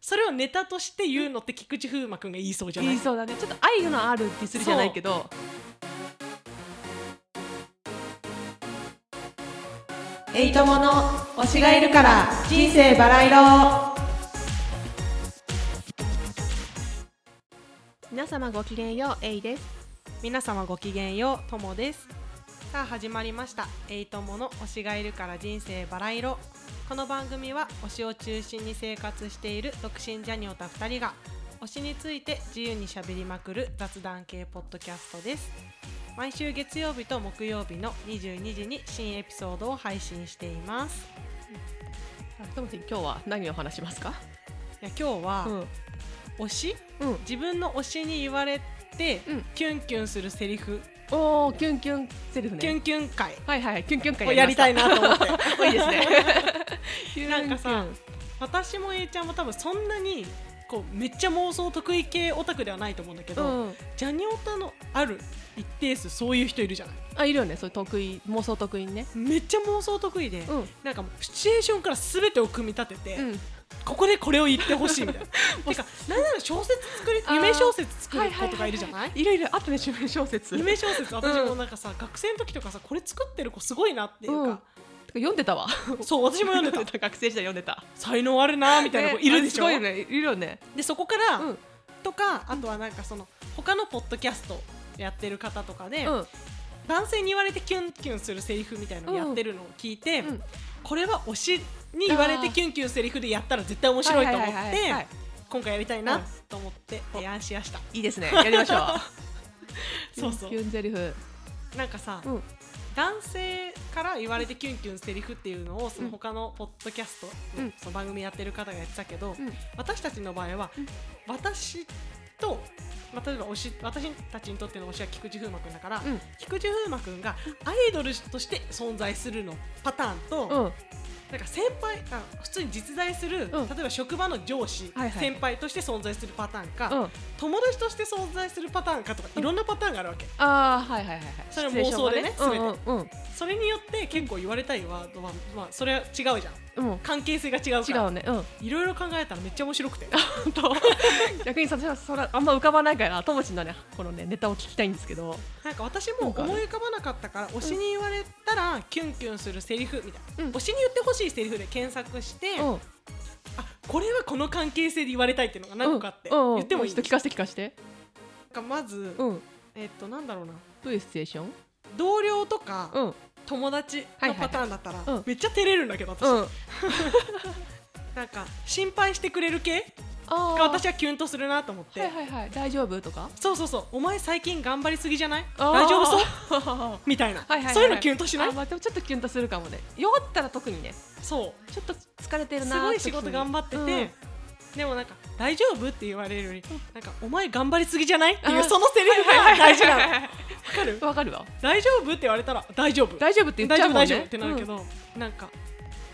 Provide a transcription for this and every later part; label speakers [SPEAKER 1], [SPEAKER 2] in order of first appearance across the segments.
[SPEAKER 1] それをネタとして言うのって菊池風磨くんが言いそうじゃない
[SPEAKER 2] 言いそうだねちょっと愛のあるディスりじゃないけど
[SPEAKER 3] エイトモの推しがいるから人生バラ色
[SPEAKER 2] 皆様ごきげんようエイです
[SPEAKER 1] 皆様ごきげんようともですさあ始まりました「エイトモの推しがいるから人生バラ色」この番組は推しを中心に生活している独身ジャニオタ2人が推しについて自由にしゃべりまくる雑談系ポッドキャストです毎週月曜日と木曜日の22時に新エピソードを配信しています
[SPEAKER 2] ともちん今日は何を話しますか
[SPEAKER 1] いや今日は、推し
[SPEAKER 2] うん、うん、
[SPEAKER 1] 自分の推しに言われて、
[SPEAKER 2] うん
[SPEAKER 1] キュンキュンするセリフ、
[SPEAKER 2] おおキュンキュンセルフね
[SPEAKER 1] キュンキュン会
[SPEAKER 2] はいはいキュンキュン会
[SPEAKER 1] をやりたいなと思って
[SPEAKER 2] いいいですね
[SPEAKER 1] なんかさ私も A ちゃんも多分そんなにこうめっちゃ妄想得意系オタクではないと思うんだけ
[SPEAKER 2] う
[SPEAKER 1] ど、
[SPEAKER 2] ん
[SPEAKER 1] ジャニオタのある一定数そういう人いるじゃない
[SPEAKER 2] あいるよねそういう得意妄想得意にね
[SPEAKER 1] めっちゃ妄想得意で、
[SPEAKER 2] うん
[SPEAKER 1] なんかもうシチュエーションから全てを組み立てて、
[SPEAKER 2] うん
[SPEAKER 1] ここでこれを言ってほしいみ たいなてかなんなら小説作り
[SPEAKER 2] あー
[SPEAKER 1] 夢小説作る子とかいるじゃない
[SPEAKER 2] いろいろあとね趣味小説
[SPEAKER 1] 夢小 説私
[SPEAKER 2] う
[SPEAKER 1] も
[SPEAKER 2] ん
[SPEAKER 1] なんかさ、学生の時とかさこれ作ってる子すごいなっていうか、
[SPEAKER 2] てか読んでたわ
[SPEAKER 1] そう私も読んでた
[SPEAKER 2] 学生時代読んでた
[SPEAKER 1] 才能あるなみたいな子いるでしょ、
[SPEAKER 2] ねあれすごいよねいるよね
[SPEAKER 1] でそこから、
[SPEAKER 2] うん
[SPEAKER 1] とかあとはなんかその他のポッドキャストやってる方とかで、
[SPEAKER 2] うん
[SPEAKER 1] 男性に言われてキュンキュンするセリフみたいなのをやってるのを聞いて、
[SPEAKER 2] うん
[SPEAKER 1] これは推しに言われてキュンキュンセリフでやったら絶対面白いと思って
[SPEAKER 2] はいはいはいはい
[SPEAKER 1] 今回やりたい
[SPEAKER 2] うん
[SPEAKER 1] なと思って提案しやした、
[SPEAKER 2] いいですねやりましょう
[SPEAKER 1] そうそう
[SPEAKER 2] キュンキュンセリフ
[SPEAKER 1] なんかさ、
[SPEAKER 2] うん
[SPEAKER 1] 男性から言われてキュンキュンセリフっていうのをその
[SPEAKER 2] うん
[SPEAKER 1] 他のポッドキャストの,、
[SPEAKER 2] うん
[SPEAKER 1] その番組やってる方がやってたけど、
[SPEAKER 2] うん
[SPEAKER 1] 私たちの場合は、
[SPEAKER 2] うん
[SPEAKER 1] 私と、まあ、例えば推し私たちにとっての推しは菊池風磨君だから、
[SPEAKER 2] うん
[SPEAKER 1] 菊池風磨君がアイドルとして存在するのパターンと、
[SPEAKER 2] うん
[SPEAKER 1] なんか先輩あ普通に実在する、
[SPEAKER 2] うん
[SPEAKER 1] 例えば職場の上司、
[SPEAKER 2] はいはい
[SPEAKER 1] 先輩として存在するパターンか、
[SPEAKER 2] うん
[SPEAKER 1] 友達として存在するパターンかとか、
[SPEAKER 2] うん
[SPEAKER 1] いろんなパターンがあるわけ
[SPEAKER 2] ああはいはいはいはい
[SPEAKER 1] それは妄想でね
[SPEAKER 2] シチュエーションがうんうん
[SPEAKER 1] それによって結構言われたいワードは、まあ、それは違うじゃん
[SPEAKER 2] うんうん
[SPEAKER 1] 関係性が違うか
[SPEAKER 2] 違
[SPEAKER 1] ら
[SPEAKER 2] うねうん
[SPEAKER 1] いろいろ考えたらめっちゃ面白 くて本当
[SPEAKER 2] 逆にさ私はそれあんま浮かばないからともちんのねこのねネタを聞きたいんですけど
[SPEAKER 1] なんか私も思い浮かばなかったから推しに言われたらキュンキュンするセリフみたいな、
[SPEAKER 2] うん
[SPEAKER 1] 推しに言ってほしいセリフで検索して、
[SPEAKER 2] う
[SPEAKER 1] あ
[SPEAKER 2] ん
[SPEAKER 1] これはこの関係性で言われたいっていうのが何個かあって、
[SPEAKER 2] うんうん
[SPEAKER 1] 言ってもいい
[SPEAKER 2] ちょっと聞かせて聞かせて
[SPEAKER 1] なんかまず、
[SPEAKER 2] うん
[SPEAKER 1] えっとなんだろうな
[SPEAKER 2] どういうシチュエーション
[SPEAKER 1] 同僚とか、
[SPEAKER 2] うん
[SPEAKER 1] 友達のパターンだったら、
[SPEAKER 2] いはいうん
[SPEAKER 1] めっちゃ照れるんだけど私、
[SPEAKER 2] うん
[SPEAKER 1] なんか心配してくれる系
[SPEAKER 2] あ
[SPEAKER 1] が私
[SPEAKER 2] は
[SPEAKER 1] はキュンとするなと思って、
[SPEAKER 2] はいはいはい大丈夫とか
[SPEAKER 1] そうそうそうお前最近頑張りすぎじゃない
[SPEAKER 2] あー
[SPEAKER 1] 大丈夫そう
[SPEAKER 2] は
[SPEAKER 1] みたいな、
[SPEAKER 2] いはいはい
[SPEAKER 1] そういうのキュンとしない
[SPEAKER 2] あまあでもちょっとキュンとするかもね弱ったら特にね
[SPEAKER 1] そう
[SPEAKER 2] ちょっと疲れてるな
[SPEAKER 1] すごい仕事頑張ってて、でもなんか「大丈夫?」って言われるより「なんかお前頑張りすぎじゃない?」ってい
[SPEAKER 2] あ
[SPEAKER 1] う
[SPEAKER 2] ー
[SPEAKER 1] そのセリフが 大事なのわかる
[SPEAKER 2] わかるわ
[SPEAKER 1] 大丈夫って言われたら「大丈夫」
[SPEAKER 2] 大丈夫って言っ
[SPEAKER 1] 大
[SPEAKER 2] ちゃ
[SPEAKER 1] 丈夫
[SPEAKER 2] うもんね
[SPEAKER 1] 大丈夫ってなるけど、なんか「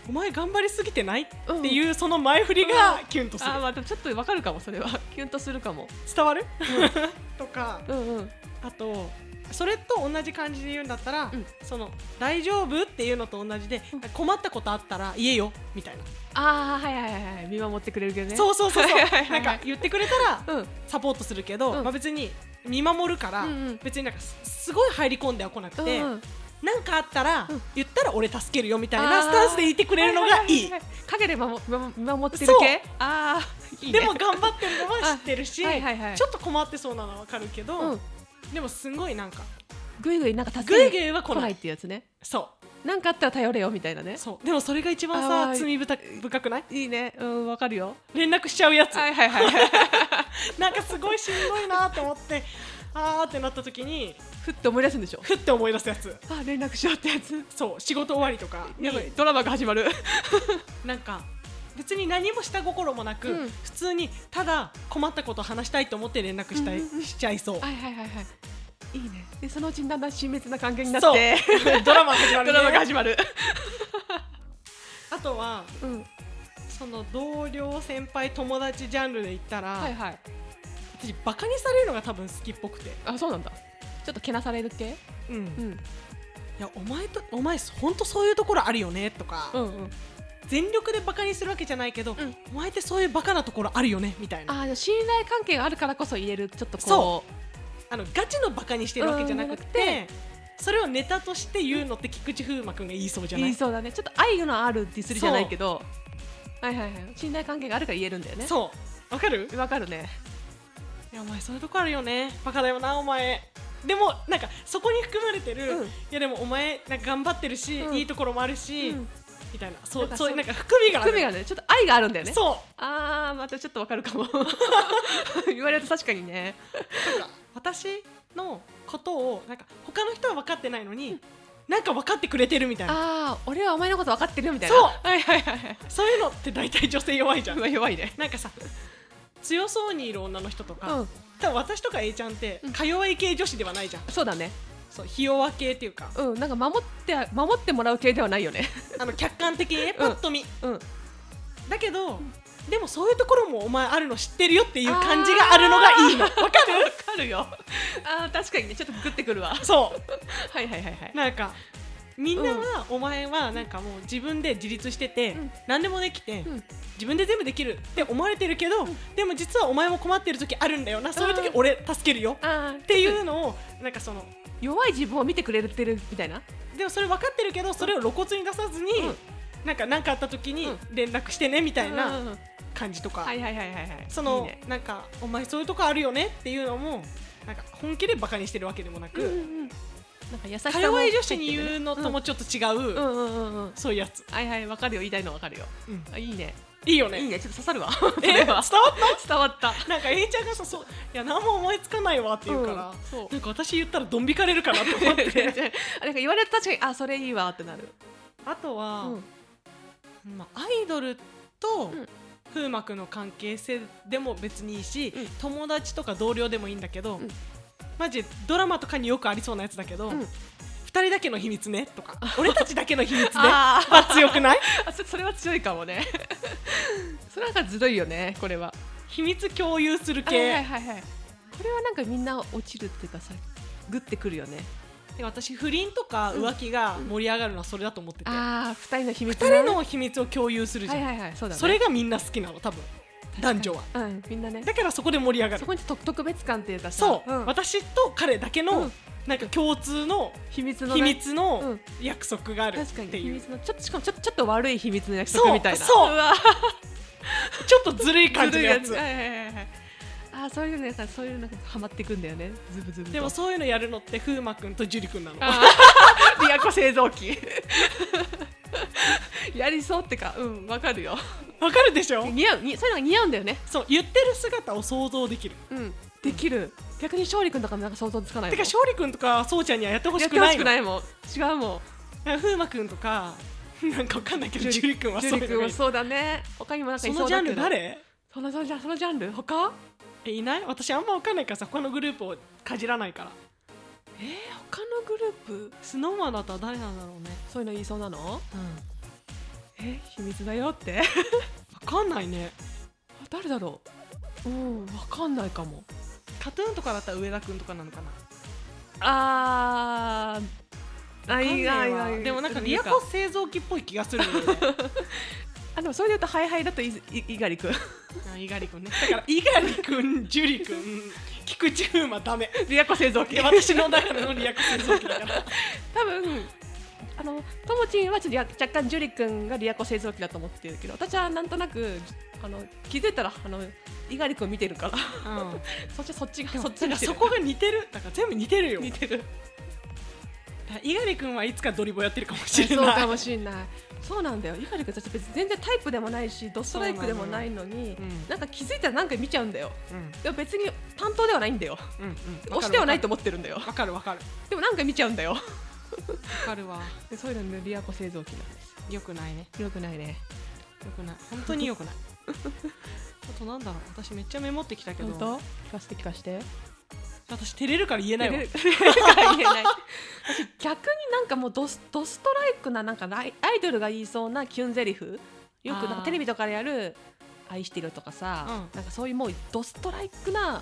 [SPEAKER 1] お前頑張りすぎてない?」
[SPEAKER 2] うん
[SPEAKER 1] っていうその前振りがキュンとする、
[SPEAKER 2] あまあでもちょっとわかるかもそれ はキュンとするかも
[SPEAKER 1] 伝わる、 とか
[SPEAKER 2] うんうん
[SPEAKER 1] あとそれと同じ感じで言うんだったら、
[SPEAKER 2] うん
[SPEAKER 1] その「大丈夫?」っていうのと同じで、困ったことあったら言えよみたいな、
[SPEAKER 2] ああはいはいはいはい見守ってくれるけどね
[SPEAKER 1] そうそうそうそう
[SPEAKER 2] はいはいは
[SPEAKER 1] ないんか言ってくれたら
[SPEAKER 2] うん
[SPEAKER 1] サポートするけど、
[SPEAKER 2] うん
[SPEAKER 1] まあ、別に見守るから、
[SPEAKER 2] うんうん
[SPEAKER 1] 別になんかすすごい入り込んではこなくて
[SPEAKER 2] う
[SPEAKER 1] 何、
[SPEAKER 2] ん
[SPEAKER 1] なん、かあったら、
[SPEAKER 2] うん
[SPEAKER 1] 言ったら俺助けるよみたいなスタンスでいてくれるのがいい。
[SPEAKER 2] はははは陰で守見守ってる系ああいいね
[SPEAKER 1] でも頑張ってるのは知ってるし、
[SPEAKER 2] あはいはいはい
[SPEAKER 1] ちょっと困ってそうなのはわかるけど、
[SPEAKER 2] うん
[SPEAKER 1] でもすごいなんか
[SPEAKER 2] ぐいぐいなんか助
[SPEAKER 1] グイ
[SPEAKER 2] け
[SPEAKER 1] グイは来
[SPEAKER 2] 来
[SPEAKER 1] な
[SPEAKER 2] ない
[SPEAKER 1] い
[SPEAKER 2] っていうやつね
[SPEAKER 1] そ
[SPEAKER 2] なんかあったら頼れよみたいなね
[SPEAKER 1] うそうでもそれが一番
[SPEAKER 2] あ
[SPEAKER 1] さ
[SPEAKER 2] ー
[SPEAKER 1] 罪深深くない
[SPEAKER 2] いいねうんわかるよ
[SPEAKER 1] 連絡しちゃうやつ、
[SPEAKER 2] はいはいはいはい
[SPEAKER 1] なんかすごいしんどいなと思ってあーってなった時に
[SPEAKER 2] ふっと思い出すんでしょ
[SPEAKER 1] ふって思い出すやつ
[SPEAKER 2] あ連絡しようってやつ
[SPEAKER 1] そう仕事終わりとかに
[SPEAKER 2] やばいドラマが始まる
[SPEAKER 1] なんか別に何も下心もなく、
[SPEAKER 2] うん
[SPEAKER 1] 普通にただ困ったことを話したいと思って連絡したい、
[SPEAKER 2] うんうんうん
[SPEAKER 1] しちゃいそう
[SPEAKER 2] はいはいはいはいいいねでそのうちにだんだん親密な関係になって
[SPEAKER 1] そう ドラマが始まる、ね、
[SPEAKER 2] ドラマが始まる
[SPEAKER 1] あとは
[SPEAKER 2] うん
[SPEAKER 1] その同僚先輩友達ジャンルで言ったら、
[SPEAKER 2] はいはい
[SPEAKER 1] 私バカにされるのが多分好きっぽくて、
[SPEAKER 2] あそうなんだちょっとけなされる系
[SPEAKER 1] うん
[SPEAKER 2] う
[SPEAKER 1] い
[SPEAKER 2] ん
[SPEAKER 1] やお前とお前本当そういうところあるよねとか、
[SPEAKER 2] うんうん
[SPEAKER 1] 全力でバカにするわけじゃないけど、
[SPEAKER 2] うん
[SPEAKER 1] お前ってそういうバカなところあるよねみたいなあ
[SPEAKER 2] ああ信頼関係があるからこそ言えるちょっとこう
[SPEAKER 1] そのガチのバカにしてるわけじゃなくて,、
[SPEAKER 2] うんじゃな
[SPEAKER 1] それをネタとして言うのって菊池風磨君が言いそうじゃない
[SPEAKER 2] 言いそうだねちょっと愛のあるディスりじゃないけどはいはいはい信頼関係があるから言えるんだよね
[SPEAKER 1] そうわかる
[SPEAKER 2] わかるね
[SPEAKER 1] いやお前そういうとこあるよねバカだよなお前でもなんかそこに含まれてる、
[SPEAKER 2] うん
[SPEAKER 1] いやでもお前なんか頑張ってるし、
[SPEAKER 2] うん
[SPEAKER 1] いいところもあるし、
[SPEAKER 2] うん
[SPEAKER 1] みたいなそ
[SPEAKER 2] なん
[SPEAKER 1] う
[SPEAKER 2] か
[SPEAKER 1] そうい
[SPEAKER 2] そうう
[SPEAKER 1] なんか含みがある
[SPEAKER 2] 組がねちょっと愛があるんだよね
[SPEAKER 1] そう
[SPEAKER 2] あーまたちょっとわかるかも言われると確かにね
[SPEAKER 1] 私のことをなんか他の人は分かってないのに、なんか分かってくれてるみたいな
[SPEAKER 2] ああ俺はお前のこと分かってるよみたいな
[SPEAKER 1] そう
[SPEAKER 2] はいはいはいはい
[SPEAKER 1] そういうのって大体女性弱いじゃん
[SPEAKER 2] まあ弱いね
[SPEAKER 1] なんかさ強そうにいる女の人とか、
[SPEAKER 2] うん
[SPEAKER 1] 多分私とか A ちゃんって
[SPEAKER 2] うん
[SPEAKER 1] か弱い系女子ではないじゃん、
[SPEAKER 2] そうだね
[SPEAKER 1] そうひ弱系っていうか
[SPEAKER 2] うんなんか守って守ってもらう系ではないよね
[SPEAKER 1] あの客観的にね
[SPEAKER 2] ん
[SPEAKER 1] パッと見、
[SPEAKER 2] うん
[SPEAKER 1] だけど、でもそういうところもお前あるの知ってるよっていう感じがあるのがいいのわか
[SPEAKER 2] わ
[SPEAKER 1] る
[SPEAKER 2] かるよあー確かにねちょっとグってくるわ
[SPEAKER 1] そ
[SPEAKER 2] はいはいはいはいう
[SPEAKER 1] なんかみんなは、お前はなんかもう自分で自立してて、
[SPEAKER 2] うん
[SPEAKER 1] 何でもできて、
[SPEAKER 2] うん
[SPEAKER 1] 自分で全部できるって思われてるけど、でも実はお前も困ってる時あるんだよなそういう時
[SPEAKER 2] うん
[SPEAKER 1] 俺助けるよ
[SPEAKER 2] あ
[SPEAKER 1] っ
[SPEAKER 2] ってて
[SPEAKER 1] い
[SPEAKER 2] いう
[SPEAKER 1] うのをなんかその
[SPEAKER 2] 弱い自分を見てくれてるみたいな
[SPEAKER 1] でもそれ分かってるけどそれを露骨に出さずに、
[SPEAKER 2] うん
[SPEAKER 1] なんか何かあった時に
[SPEAKER 2] うん
[SPEAKER 1] 連絡してねみたい
[SPEAKER 2] うんうん
[SPEAKER 1] な
[SPEAKER 2] うん
[SPEAKER 1] 感じとか、
[SPEAKER 2] はいはいはいはいはい
[SPEAKER 1] その
[SPEAKER 2] いいね
[SPEAKER 1] なんかお前そういうとこあるよねっていうのもなんか本気でバカにしてるわけでもなく、
[SPEAKER 2] うんうんうんなんか優しさも
[SPEAKER 1] か弱い女子に言うのともちょっと違う、
[SPEAKER 2] うんうんうんうん
[SPEAKER 1] そういうやつ、
[SPEAKER 2] はいはいわかるよ言いたいのわかるよ
[SPEAKER 1] うん
[SPEAKER 2] あいいね
[SPEAKER 1] いいよね
[SPEAKER 2] いいねちょっと刺さる わ
[SPEAKER 1] え伝わっ
[SPEAKER 2] 伝わった
[SPEAKER 1] たなんか A ちゃんがさそういや何も思いつかないわって言うから、
[SPEAKER 2] うんそう
[SPEAKER 1] なんか私言ったらドン引かれるかなと思っ て
[SPEAKER 2] あなんか言われると確かにあそれいいわってなる
[SPEAKER 1] あとは、
[SPEAKER 2] うん
[SPEAKER 1] まあ、アイドルと
[SPEAKER 2] うん
[SPEAKER 1] 風磨君の関係性でも別にいいし、
[SPEAKER 2] うん
[SPEAKER 1] 友達とか同僚でもいいんだけど、
[SPEAKER 2] うん
[SPEAKER 1] マジドラマとかによくありそうなやつだけど、
[SPEAKER 2] うん
[SPEAKER 1] 2人だけの秘密ねとか俺たちだけの秘密ねは
[SPEAKER 2] あ
[SPEAKER 1] 強くない
[SPEAKER 2] ーあそそれは強いかもね それはなんかずるいよねこれは
[SPEAKER 1] 秘密共有する
[SPEAKER 2] はい
[SPEAKER 1] 系、
[SPEAKER 2] はいはいはいこれはなんかみんな落ちるっていうかさグってくるよね
[SPEAKER 1] で私不倫とか浮気が盛り上がるのはそれだと思ってて、
[SPEAKER 2] ああ二人の秘密
[SPEAKER 1] 二人の秘密を共有するじゃ
[SPEAKER 2] は
[SPEAKER 1] ん、
[SPEAKER 2] いはいはいそうだね
[SPEAKER 1] それがみんな好きなの多分男女は
[SPEAKER 2] うんみんなね
[SPEAKER 1] だからそこで盛り上がる
[SPEAKER 2] そこに特特別感っていうかさ
[SPEAKER 1] そう、
[SPEAKER 2] ん
[SPEAKER 1] 私と彼だけの、
[SPEAKER 2] うん
[SPEAKER 1] なんか共通の
[SPEAKER 2] 秘密のね
[SPEAKER 1] 秘密の
[SPEAKER 2] ん
[SPEAKER 1] 約束があるっ
[SPEAKER 2] 確かに
[SPEAKER 1] て
[SPEAKER 2] 秘
[SPEAKER 1] いう、
[SPEAKER 2] 密のちょっとしかもちょちょっと悪い秘密の約
[SPEAKER 1] そう
[SPEAKER 2] 束みたいな
[SPEAKER 1] そう
[SPEAKER 2] わ
[SPEAKER 1] ちょっとずるい感じ
[SPEAKER 2] ず
[SPEAKER 1] の
[SPEAKER 2] るい
[SPEAKER 1] やつ
[SPEAKER 2] はいはいはいはいあーそういうのなんかそういうのなんかハマっていくんだよねズブズブと
[SPEAKER 1] でもそういうのやるのって風磨君と樹く君なの
[SPEAKER 2] あ ーリアコ製造機 やりそうってかうんわかるよ
[SPEAKER 1] わかるでしょ
[SPEAKER 2] 似合うにそういうのが似合うんだよね
[SPEAKER 1] そう言ってる姿を想像できる
[SPEAKER 2] うんできる逆に勝利君とかなんか想像つかない
[SPEAKER 1] て
[SPEAKER 2] もん
[SPEAKER 1] か勝利君とかそうちゃんにはやってほ
[SPEAKER 2] や
[SPEAKER 1] し
[SPEAKER 2] っ
[SPEAKER 1] く
[SPEAKER 2] てほ
[SPEAKER 1] ない
[SPEAKER 2] し
[SPEAKER 1] の
[SPEAKER 2] くないもん違うもん
[SPEAKER 1] なんか風磨君とかなんかわかんないけど樹く君はそう
[SPEAKER 2] 樹
[SPEAKER 1] いう
[SPEAKER 2] 君
[SPEAKER 1] のが
[SPEAKER 2] はい
[SPEAKER 1] い
[SPEAKER 2] そうだね他にもなんか
[SPEAKER 1] そ
[SPEAKER 2] い
[SPEAKER 1] の
[SPEAKER 2] う
[SPEAKER 1] ジャ
[SPEAKER 2] だ
[SPEAKER 1] ン
[SPEAKER 2] け
[SPEAKER 1] ル
[SPEAKER 2] ど
[SPEAKER 1] 誰
[SPEAKER 2] そのそのジャンそのジャンル他
[SPEAKER 1] えいない私あんまわかんないからさ他のグループをかじらないから
[SPEAKER 2] 他のグループ
[SPEAKER 1] スノーマンだったら誰なんだろうね
[SPEAKER 2] そういうの言いそうなの
[SPEAKER 1] うん
[SPEAKER 2] え秘密だよって
[SPEAKER 1] わかんないね
[SPEAKER 2] 誰だろううんわかんないかも
[SPEAKER 1] カトゥーンとかだったら上田君とかなのかな
[SPEAKER 2] あーあいやいやいや
[SPEAKER 1] でもなんかリ
[SPEAKER 2] リ
[SPEAKER 1] ア
[SPEAKER 2] ア
[SPEAKER 1] コ
[SPEAKER 2] コ
[SPEAKER 1] 製造機っぽい気がするんだよね
[SPEAKER 2] あでもそれで言うとハイハイだといい猪狩君
[SPEAKER 1] あ猪狩君ねだから猪狩君樹里君菊池風磨ダメ
[SPEAKER 2] リアコ製造
[SPEAKER 1] い
[SPEAKER 2] 機
[SPEAKER 1] や私の中のリアコ製造機だから
[SPEAKER 2] 多分あのともちんはちょっとや若干ジュリ君がリアコ製造機だと思ってるけど私はなんとなくあの気づいたらあの猪狩君見てるからそっちそっちがそ
[SPEAKER 1] そ
[SPEAKER 2] っちが
[SPEAKER 1] そこが似てるだから全部似てるよ
[SPEAKER 2] 似てる
[SPEAKER 1] 猪狩君はいつかドリボやってるかもし
[SPEAKER 2] そ
[SPEAKER 1] れ
[SPEAKER 2] う
[SPEAKER 1] な
[SPEAKER 2] か
[SPEAKER 1] い
[SPEAKER 2] もしれないそうなんだよ猪狩君私別に全然タイプでもないしドストライクでもないのに
[SPEAKER 1] そうなのようん
[SPEAKER 2] なんか気づいたらなんか見ちゃうんだよ
[SPEAKER 1] うん
[SPEAKER 2] でも別に担当ではないんだよ
[SPEAKER 1] うんうん
[SPEAKER 2] 推してはないと
[SPEAKER 1] 思
[SPEAKER 2] 思ってるんだよ
[SPEAKER 1] わかるわかる
[SPEAKER 2] でもなんか見ちゃうんだよ
[SPEAKER 1] わかるわ
[SPEAKER 2] でそういうのねリアコ製造機なんです
[SPEAKER 1] よくないね
[SPEAKER 2] よくないね
[SPEAKER 1] よくない本当によくない あとなんだろう私めっちゃメモってきたけ
[SPEAKER 2] 本
[SPEAKER 1] ど
[SPEAKER 2] 当聞かせて聞かせて
[SPEAKER 1] 私照れるから言えないわ
[SPEAKER 2] だ から言えない私逆になんかもうドスドストライクななんかライアイドルが言いそうなキュンゼリフよくなん
[SPEAKER 1] あ
[SPEAKER 2] か
[SPEAKER 1] ー
[SPEAKER 2] テレビとかでやる「愛してる」とかさ、
[SPEAKER 1] うん
[SPEAKER 2] なんかそういうもうドストライクな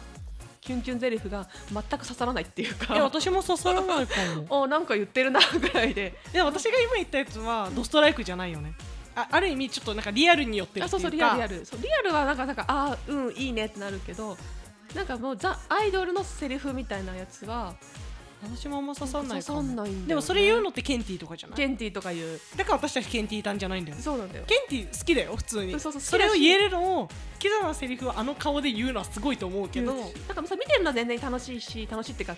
[SPEAKER 2] キュンキュンゼリフが全く刺さらないっていう
[SPEAKER 1] いや
[SPEAKER 2] か
[SPEAKER 1] 私もそそらないかも
[SPEAKER 2] おなんか言ってるなぐらいで
[SPEAKER 1] いや私が今言ったやつはドストライクじゃないよねあある意味ちょっとなんかリアルによってる
[SPEAKER 2] あ
[SPEAKER 1] って
[SPEAKER 2] そ
[SPEAKER 1] いうう
[SPEAKER 2] そ
[SPEAKER 1] か
[SPEAKER 2] うリアルリアルそうリアルはなんかなんかあーうんいいねってなるけどなんかもうザアイドルのセリフみたいなやつは
[SPEAKER 1] 私もあんま刺さんないか
[SPEAKER 2] そ
[SPEAKER 1] も
[SPEAKER 2] んないんだよね
[SPEAKER 1] でもそれ言うのってケンティーとかじゃない
[SPEAKER 2] ケンティーとかいう
[SPEAKER 1] だから私たちケンティーたんじゃないんだよ
[SPEAKER 2] そうなんだよ
[SPEAKER 1] ケンティー好きだよ普通に
[SPEAKER 2] そうそう
[SPEAKER 1] れを
[SPEAKER 2] 好きだし
[SPEAKER 1] 言えるのをキザなセリフをあの顔で言うのはすごいと思うけど、
[SPEAKER 2] うんなんかもうさ見てるのは全然楽しいし楽しいっていうか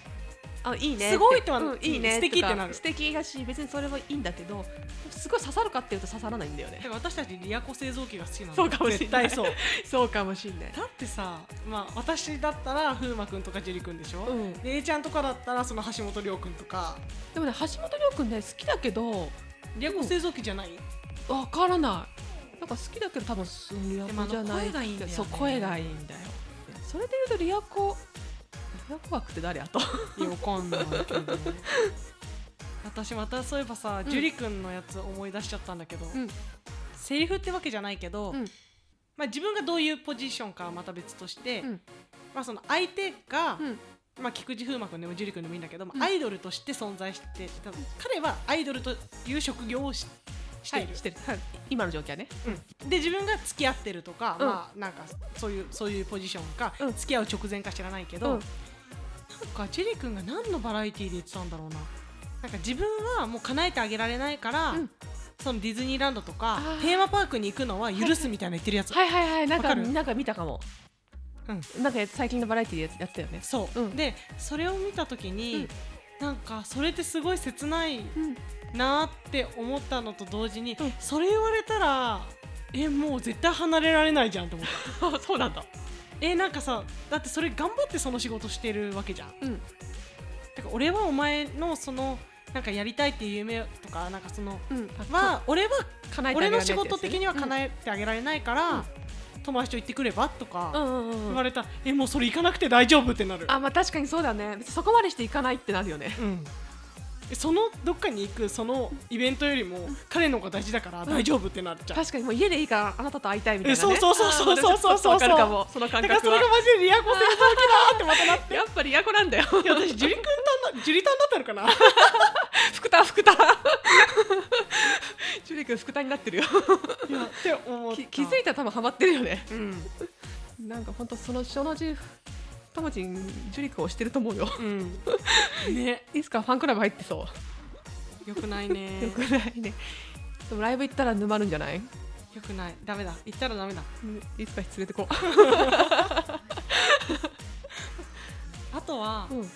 [SPEAKER 2] あいいねって
[SPEAKER 1] すごいとは
[SPEAKER 2] うんいいね
[SPEAKER 1] 素敵って
[SPEAKER 2] とか
[SPEAKER 1] なる
[SPEAKER 2] 素敵だし別にそれはいいんだけどすごい刺さるかっていうと刺さらないんだよね
[SPEAKER 1] だから私たちリアコ製造機が好きなの
[SPEAKER 2] そうかもしれない
[SPEAKER 1] 絶対そう
[SPEAKER 2] そうかもしんない
[SPEAKER 1] だってさまあ私だったら風磨くんとか樹くんでしょ、
[SPEAKER 2] うん
[SPEAKER 1] で A ちゃんとかだったらその橋本涼くんとか
[SPEAKER 2] でもね橋本涼君ね好きだけど
[SPEAKER 1] リアコ製造機じゃない、
[SPEAKER 2] わからないなんか好きだけど多分そのリア
[SPEAKER 1] でもあ
[SPEAKER 2] コ
[SPEAKER 1] の
[SPEAKER 2] じゃない
[SPEAKER 1] 声がいいんだよね
[SPEAKER 2] そう声がいいんだよそれで言うとリアコリアコ枠って誰あと
[SPEAKER 1] いやわかんないけど私またそういえばさ、
[SPEAKER 2] うん
[SPEAKER 1] 樹くんのやつ思い出しちゃったんだけど、
[SPEAKER 2] うん
[SPEAKER 1] セリフってわけじゃないけど、
[SPEAKER 2] うん
[SPEAKER 1] まあ、自分がどういうポジションかはまた別として、
[SPEAKER 2] うん
[SPEAKER 1] まあ、その相手が、
[SPEAKER 2] うん
[SPEAKER 1] まあ、菊池風磨君でも樹くんでもいいんだけど、まあ
[SPEAKER 2] うん
[SPEAKER 1] アイドルとして存在して多分彼はアイドルという職業をししている、
[SPEAKER 2] はいしてる、はい、今の状況はね
[SPEAKER 1] うんで自分が付き合ってるとか、
[SPEAKER 2] うん
[SPEAKER 1] まあなんかそういうそういうポジションか、
[SPEAKER 2] うん
[SPEAKER 1] 付き合う直前か知らないけど、
[SPEAKER 2] うん
[SPEAKER 1] なんかジェリー君が何のバラエティーで言ってたんだろうな。なんか自分はもう叶えてあげられないから、
[SPEAKER 2] うん
[SPEAKER 1] そのディズニーランドとか
[SPEAKER 2] あー
[SPEAKER 1] テーマパークに行くのは許すみたいな言ってるやつ、
[SPEAKER 2] はいはいはいなん
[SPEAKER 1] わ
[SPEAKER 2] か
[SPEAKER 1] かる
[SPEAKER 2] なんか見たかも、
[SPEAKER 1] う
[SPEAKER 2] なんか最近のバラエティでやったよね
[SPEAKER 1] そう、
[SPEAKER 2] うん
[SPEAKER 1] でそれを見た時に、なんかそれってすごい切ない
[SPEAKER 2] うん
[SPEAKER 1] なーって思ったのと同時に、
[SPEAKER 2] うん
[SPEAKER 1] それ言われたらえもう絶対離れられないじゃんって思った
[SPEAKER 2] あ そうなんだ
[SPEAKER 1] えなんかさだってそれ頑張ってその仕事してるわけじゃん
[SPEAKER 2] うん
[SPEAKER 1] だから俺はお前のそのなんかやりたいっていう夢とかなんかその
[SPEAKER 2] うん
[SPEAKER 1] は俺は
[SPEAKER 2] 叶えてあげられ
[SPEAKER 1] 俺
[SPEAKER 2] ない
[SPEAKER 1] の
[SPEAKER 2] って
[SPEAKER 1] 仕
[SPEAKER 2] やつ
[SPEAKER 1] 事的には叶えてあげられないから、
[SPEAKER 2] うん
[SPEAKER 1] 友達と行ってくればと
[SPEAKER 2] う
[SPEAKER 1] か
[SPEAKER 2] んうんうん
[SPEAKER 1] 言
[SPEAKER 2] う
[SPEAKER 1] わ
[SPEAKER 2] ん
[SPEAKER 1] れたら、えもうそれ行かなくて大丈夫ってなる
[SPEAKER 2] あまあ確かにそうだねそこまでしていかないってなるよね
[SPEAKER 1] うんそのどっかに行くそのイベントよりも彼の方が大事だから
[SPEAKER 2] ん
[SPEAKER 1] 大丈夫ってなっちゃう、
[SPEAKER 2] 確かにもう家でいいからあなたと会いたいみたいな、ね、
[SPEAKER 1] えそうそうそう そうそうそうそう
[SPEAKER 2] あーでもちょっとわかるかもその感
[SPEAKER 1] だから
[SPEAKER 2] 覚
[SPEAKER 1] そ
[SPEAKER 2] は
[SPEAKER 1] れがマジでリアコ製造機だーってまたなって
[SPEAKER 2] やっぱりやこなんだ よ
[SPEAKER 1] いや私ジュリくんたんだジュリタンだったのかな
[SPEAKER 2] 福田福田 ジュリ君福田になってるよ
[SPEAKER 1] いやって思った
[SPEAKER 2] き気づいたら多分ハマってるよね
[SPEAKER 1] うん
[SPEAKER 2] なんか本当そのそのうちともちんジュリ君をしてると思うよ
[SPEAKER 1] うんね
[SPEAKER 2] いつかファンクラブ入ってそ
[SPEAKER 1] よくないね
[SPEAKER 2] うよくないねでもライブ行ったら沼るんじゃない
[SPEAKER 1] よくないダメだ言ったらダメだ
[SPEAKER 2] いつか連れてこ
[SPEAKER 1] あとは、
[SPEAKER 2] う、うん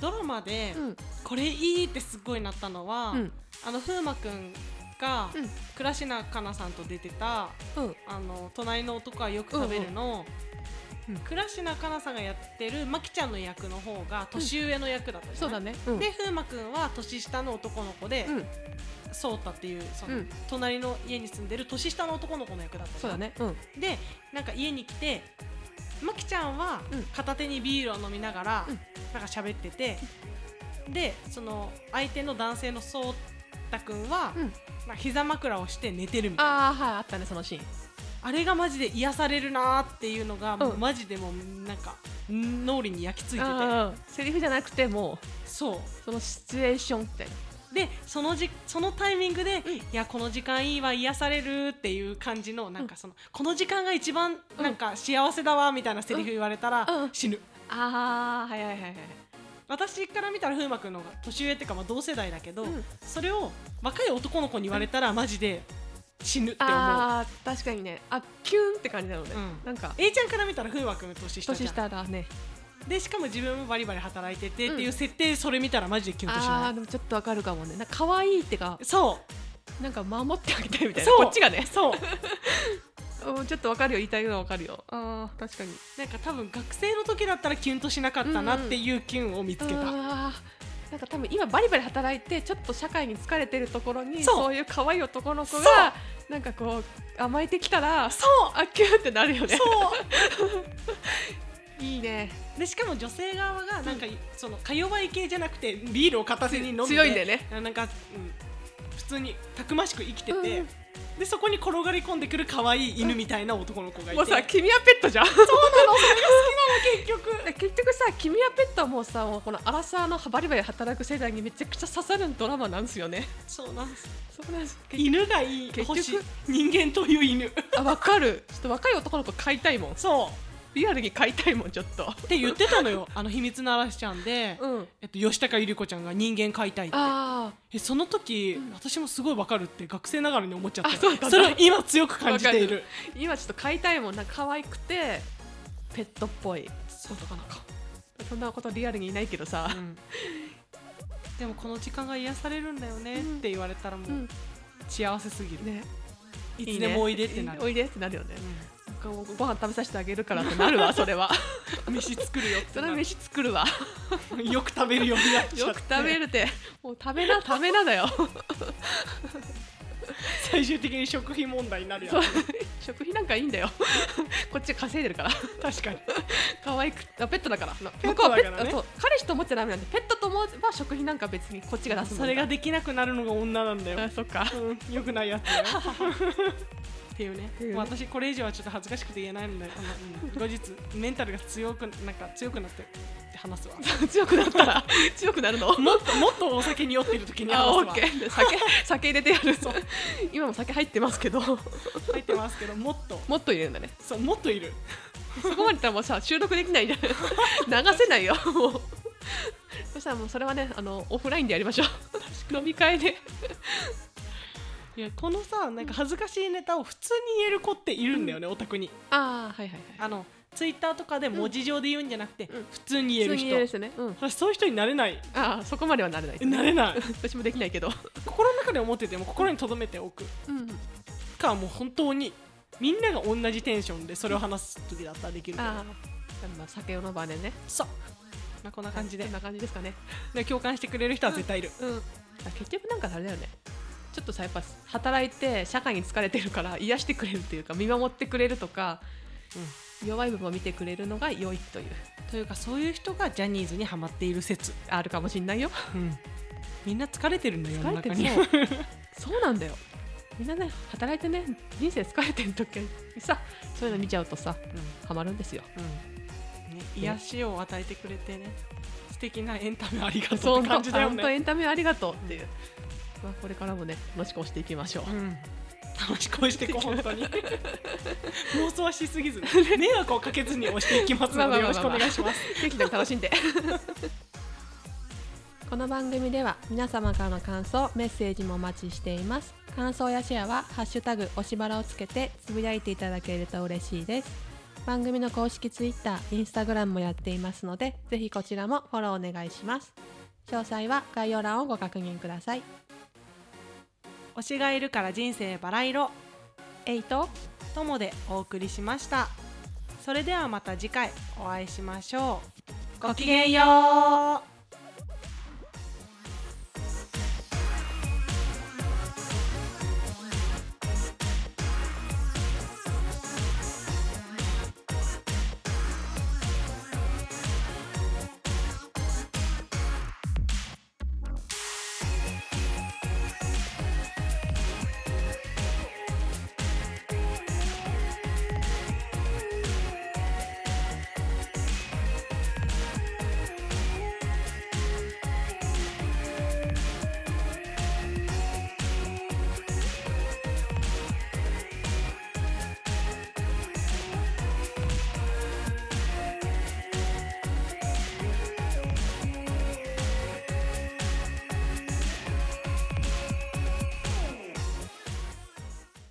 [SPEAKER 1] ドラマで、
[SPEAKER 2] うん
[SPEAKER 1] これいいってすごいなったのは、
[SPEAKER 2] うん
[SPEAKER 1] あの風磨くんが、
[SPEAKER 2] うん
[SPEAKER 1] 倉科香奈さんと出てた
[SPEAKER 2] うん
[SPEAKER 1] あの隣の男はよく食べるの、
[SPEAKER 2] うんうん
[SPEAKER 1] 倉科香奈さんがやってるまきちゃんの役の方が年上の役だったじ
[SPEAKER 2] そ
[SPEAKER 1] ゃ
[SPEAKER 2] う
[SPEAKER 1] な
[SPEAKER 2] だ
[SPEAKER 1] い
[SPEAKER 2] ね、うん、
[SPEAKER 1] で風磨くんは年下の男の子で、
[SPEAKER 2] うん
[SPEAKER 1] そうたっていうその、
[SPEAKER 2] うん
[SPEAKER 1] 隣の家に住んでる年下の男の子の役だったじ
[SPEAKER 2] そ
[SPEAKER 1] ゃ
[SPEAKER 2] う
[SPEAKER 1] な
[SPEAKER 2] だ
[SPEAKER 1] い
[SPEAKER 2] ねうん
[SPEAKER 1] でなんか家に来てまきちゃんは
[SPEAKER 2] うん
[SPEAKER 1] 片手にビールを飲みながら、
[SPEAKER 2] うん
[SPEAKER 1] なんか喋っててでその相手の男性のそうたくんは、
[SPEAKER 2] うん
[SPEAKER 1] まあ、膝枕をして寝てるみたいなあ
[SPEAKER 2] ああはいあったねそのシーン
[SPEAKER 1] れがマジで癒されるなーっていうのが、もう
[SPEAKER 2] うん
[SPEAKER 1] マジでもうなんかん脳裏に焼き付いてて
[SPEAKER 2] あーセリフじゃなくてもう
[SPEAKER 1] そ
[SPEAKER 2] そのシチュエーションみたいな
[SPEAKER 1] うでそのじそのタイミングで、
[SPEAKER 2] うん
[SPEAKER 1] いやこの時間いいわ癒されるっていう感じのなんかその、この時間が一番なんか幸せだわみたいなセリフ言われたら、
[SPEAKER 2] うんうん
[SPEAKER 1] 死ぬ。
[SPEAKER 2] ああはいはいはいはい
[SPEAKER 1] 私から見たら風磨君の方が年上っていうかまあ同世代だけど、
[SPEAKER 2] うん
[SPEAKER 1] それを若い男の子に言われたらマジで死ぬって思う。
[SPEAKER 2] あー確かにねあキュンって感じなのね、
[SPEAKER 1] うん
[SPEAKER 2] なんか
[SPEAKER 1] A ちゃんから見たら風磨君の年下じ
[SPEAKER 2] 年
[SPEAKER 1] ゃん
[SPEAKER 2] 下だね
[SPEAKER 1] でしかも自分もバリバリ働いててっていううん設定それ見たらマジでキュンとし
[SPEAKER 2] あ
[SPEAKER 1] な
[SPEAKER 2] あ
[SPEAKER 1] い
[SPEAKER 2] でもちょっとわかるかもねなんか可愛いってか
[SPEAKER 1] そ
[SPEAKER 2] なんか守ってあげたいみたいな
[SPEAKER 1] そう
[SPEAKER 2] こっちがね
[SPEAKER 1] う そう
[SPEAKER 2] うんちょっとわかるよ言いたいのはわかるよあー確かに
[SPEAKER 1] なんか多分学生の時だったらキュンとしなかったなっていうキュンを見つけた、
[SPEAKER 2] あーなんか多分今バリバリ働いてちょっと社会に疲れてるところに
[SPEAKER 1] そう
[SPEAKER 2] そういう可愛い男の子
[SPEAKER 1] そ
[SPEAKER 2] がなんかこう甘えてきたらそうあキュンってなるよね
[SPEAKER 1] そう
[SPEAKER 2] いいね
[SPEAKER 1] でしかも女性側がなんか、そのか弱い系じゃなくてビールを片手に飲んで
[SPEAKER 2] 強いんだよね
[SPEAKER 1] なんか、うん、普通にたくましく生きてて、
[SPEAKER 2] うん
[SPEAKER 1] でそこに転がり込んでくる可愛い犬みたいな男の子がいて、
[SPEAKER 2] もうさ
[SPEAKER 1] 結
[SPEAKER 2] 君はペットじゃんそうなの
[SPEAKER 1] 局
[SPEAKER 2] 結局さ君はペットはもうさもうこのアラサーのバリバリ働く世代にめちゃくちゃ刺さるドラマなんですよね
[SPEAKER 1] そうなんです
[SPEAKER 2] そうなんです結局
[SPEAKER 1] 犬がいい
[SPEAKER 2] 結
[SPEAKER 1] 欲
[SPEAKER 2] 局
[SPEAKER 1] しい人間という犬
[SPEAKER 2] あわかるちょっと若い男の子飼いたいもん
[SPEAKER 1] そ
[SPEAKER 2] リアルに飼いたいもんちょっと
[SPEAKER 1] うって言ってたのよあの秘密の嵐ちゃんで、
[SPEAKER 2] うん
[SPEAKER 1] えっと、吉高由里子ちゃんが人間飼いたいって
[SPEAKER 2] あ
[SPEAKER 1] えその時、私もすごいわかるって学生ながらに思っちゃった
[SPEAKER 2] あそうだった
[SPEAKER 1] それを今強く感じている
[SPEAKER 2] あ今ちょっと飼いたいもんなんか可愛くてペットっぽい
[SPEAKER 1] そうとかなんか、
[SPEAKER 2] そんなことリアルにいないけどさ、
[SPEAKER 1] うんでもこの時間が癒されるんだよねって言われたらもう、
[SPEAKER 2] うん
[SPEAKER 1] 幸せすぎる、
[SPEAKER 2] ね
[SPEAKER 1] いつでもおいでってなる
[SPEAKER 2] いいねおいでってなるよね、なんかご飯食べさせてあげるからってなるわそれは
[SPEAKER 1] うん飯作るよって
[SPEAKER 2] それ
[SPEAKER 1] な
[SPEAKER 2] は
[SPEAKER 1] る
[SPEAKER 2] 飯作るわ
[SPEAKER 1] よく食べるようになっちゃ
[SPEAKER 2] よ
[SPEAKER 1] っ
[SPEAKER 2] く
[SPEAKER 1] て
[SPEAKER 2] 食べるって もう食べな食べなだよ
[SPEAKER 1] 最終的に食費問題になるやん
[SPEAKER 2] そう食費なんかいいんだよ こっち稼いでるから
[SPEAKER 1] 確かに
[SPEAKER 2] 可愛くあペットだから
[SPEAKER 1] ペッ
[SPEAKER 2] 向こう
[SPEAKER 1] ト
[SPEAKER 2] は
[SPEAKER 1] だ
[SPEAKER 2] ペ
[SPEAKER 1] から
[SPEAKER 2] ット、
[SPEAKER 1] ね
[SPEAKER 2] そう彼氏と思っちゃダメなんでペットと思えば食費なんか別にこっちが出すもん
[SPEAKER 1] それができなくなるのが女なんだよ
[SPEAKER 2] あそっか
[SPEAKER 1] うん、よくないやつだよっていうね
[SPEAKER 2] ていうね
[SPEAKER 1] もう私これ以上はちょっと恥ずかしくて言えないのであの、うん後日メンタルが強くなんか強くなって話すわ
[SPEAKER 2] 強くなったら 強くなるの
[SPEAKER 1] もっと もっとお酒に酔っている時に話
[SPEAKER 2] あ
[SPEAKER 1] す
[SPEAKER 2] オ
[SPEAKER 1] わ
[SPEAKER 2] ッケ ー酒酒入れてやる今も酒入ってますけど
[SPEAKER 1] 入ってますけどもっと
[SPEAKER 2] もっと入れるんだね
[SPEAKER 1] そうもっといる
[SPEAKER 2] そこまでいったらもうさ収録できないじゃん 流せないよもうそしたらもうそれはねあのオフラインでやりましょう飲み会で
[SPEAKER 1] いやこのさなんか恥ずかしいネタを普通に言える子っているんだよね、オタクに
[SPEAKER 2] ああはいはいはい
[SPEAKER 1] あのツイッターとかで文字上で言うんじゃなくて、
[SPEAKER 2] うん
[SPEAKER 1] 普通に言える
[SPEAKER 2] 普通
[SPEAKER 1] 人
[SPEAKER 2] に言える人ね、うん、
[SPEAKER 1] 私そういう人になれない
[SPEAKER 2] ああそこまではなれないです ね
[SPEAKER 1] なれない
[SPEAKER 2] 私もできないけど、
[SPEAKER 1] 心の中で思ってても心に留めておく
[SPEAKER 2] うん、
[SPEAKER 1] かもう本当にみんなが同じテンションでそれを話す時だったらできるけど
[SPEAKER 2] ああまあ酒を飲まねね
[SPEAKER 1] そう、まあ、こんな感じで
[SPEAKER 2] こんな感じですかね
[SPEAKER 1] で共感してくれる人は絶対いる、
[SPEAKER 2] うん、結局なんかあれだよねちょっとさやっぱ働いて社会に疲れてるから癒してくれるっていうか見守ってくれるとか、弱い部分を見てくれるのが良いという
[SPEAKER 1] というかそういう人がジャニーズにはまっている説、
[SPEAKER 2] あるかもしんないよ
[SPEAKER 1] みんな疲れてるんだよ
[SPEAKER 2] 疲れてる
[SPEAKER 1] 世の
[SPEAKER 2] そ
[SPEAKER 1] 中
[SPEAKER 2] う そうなんだよみんなね働いてね人生疲れてる時にさそういうの見ちゃうとさ
[SPEAKER 1] うん
[SPEAKER 2] ハマるんですよ
[SPEAKER 1] うんね、癒しを与えてくれてね素敵なエンタメありがと
[SPEAKER 2] そう
[SPEAKER 1] って感じだよ
[SPEAKER 2] 本当エ
[SPEAKER 1] ね、
[SPEAKER 2] ンタメありがとうっていう、まあ、これからもね楽しく押していきましょう、
[SPEAKER 1] うん、楽しく押していこう本当に 妄想はしすぎ ず迷惑をかけずに押していきますの
[SPEAKER 2] まあ
[SPEAKER 1] でよ
[SPEAKER 2] まあ
[SPEAKER 1] ろ
[SPEAKER 2] ま
[SPEAKER 1] し
[SPEAKER 2] あ
[SPEAKER 1] く
[SPEAKER 2] ま
[SPEAKER 1] お
[SPEAKER 2] あ
[SPEAKER 1] 願いします
[SPEAKER 2] 適当に楽しんで
[SPEAKER 3] この番組では皆様からの感想メッセージもお待ちしています感想やシェアは「ハッシュタグおしばら」をつけてつぶやいていただけると嬉しいです番組の公式 Twitter、Instagram もやっていますのでぜひこちらもフォローお願いします詳細は概要欄をご確認ください
[SPEAKER 1] 推しがいるから人生バラ色
[SPEAKER 3] えいと
[SPEAKER 1] ともでお送りしましたそれではまた次回お会いしましょうごきげんよう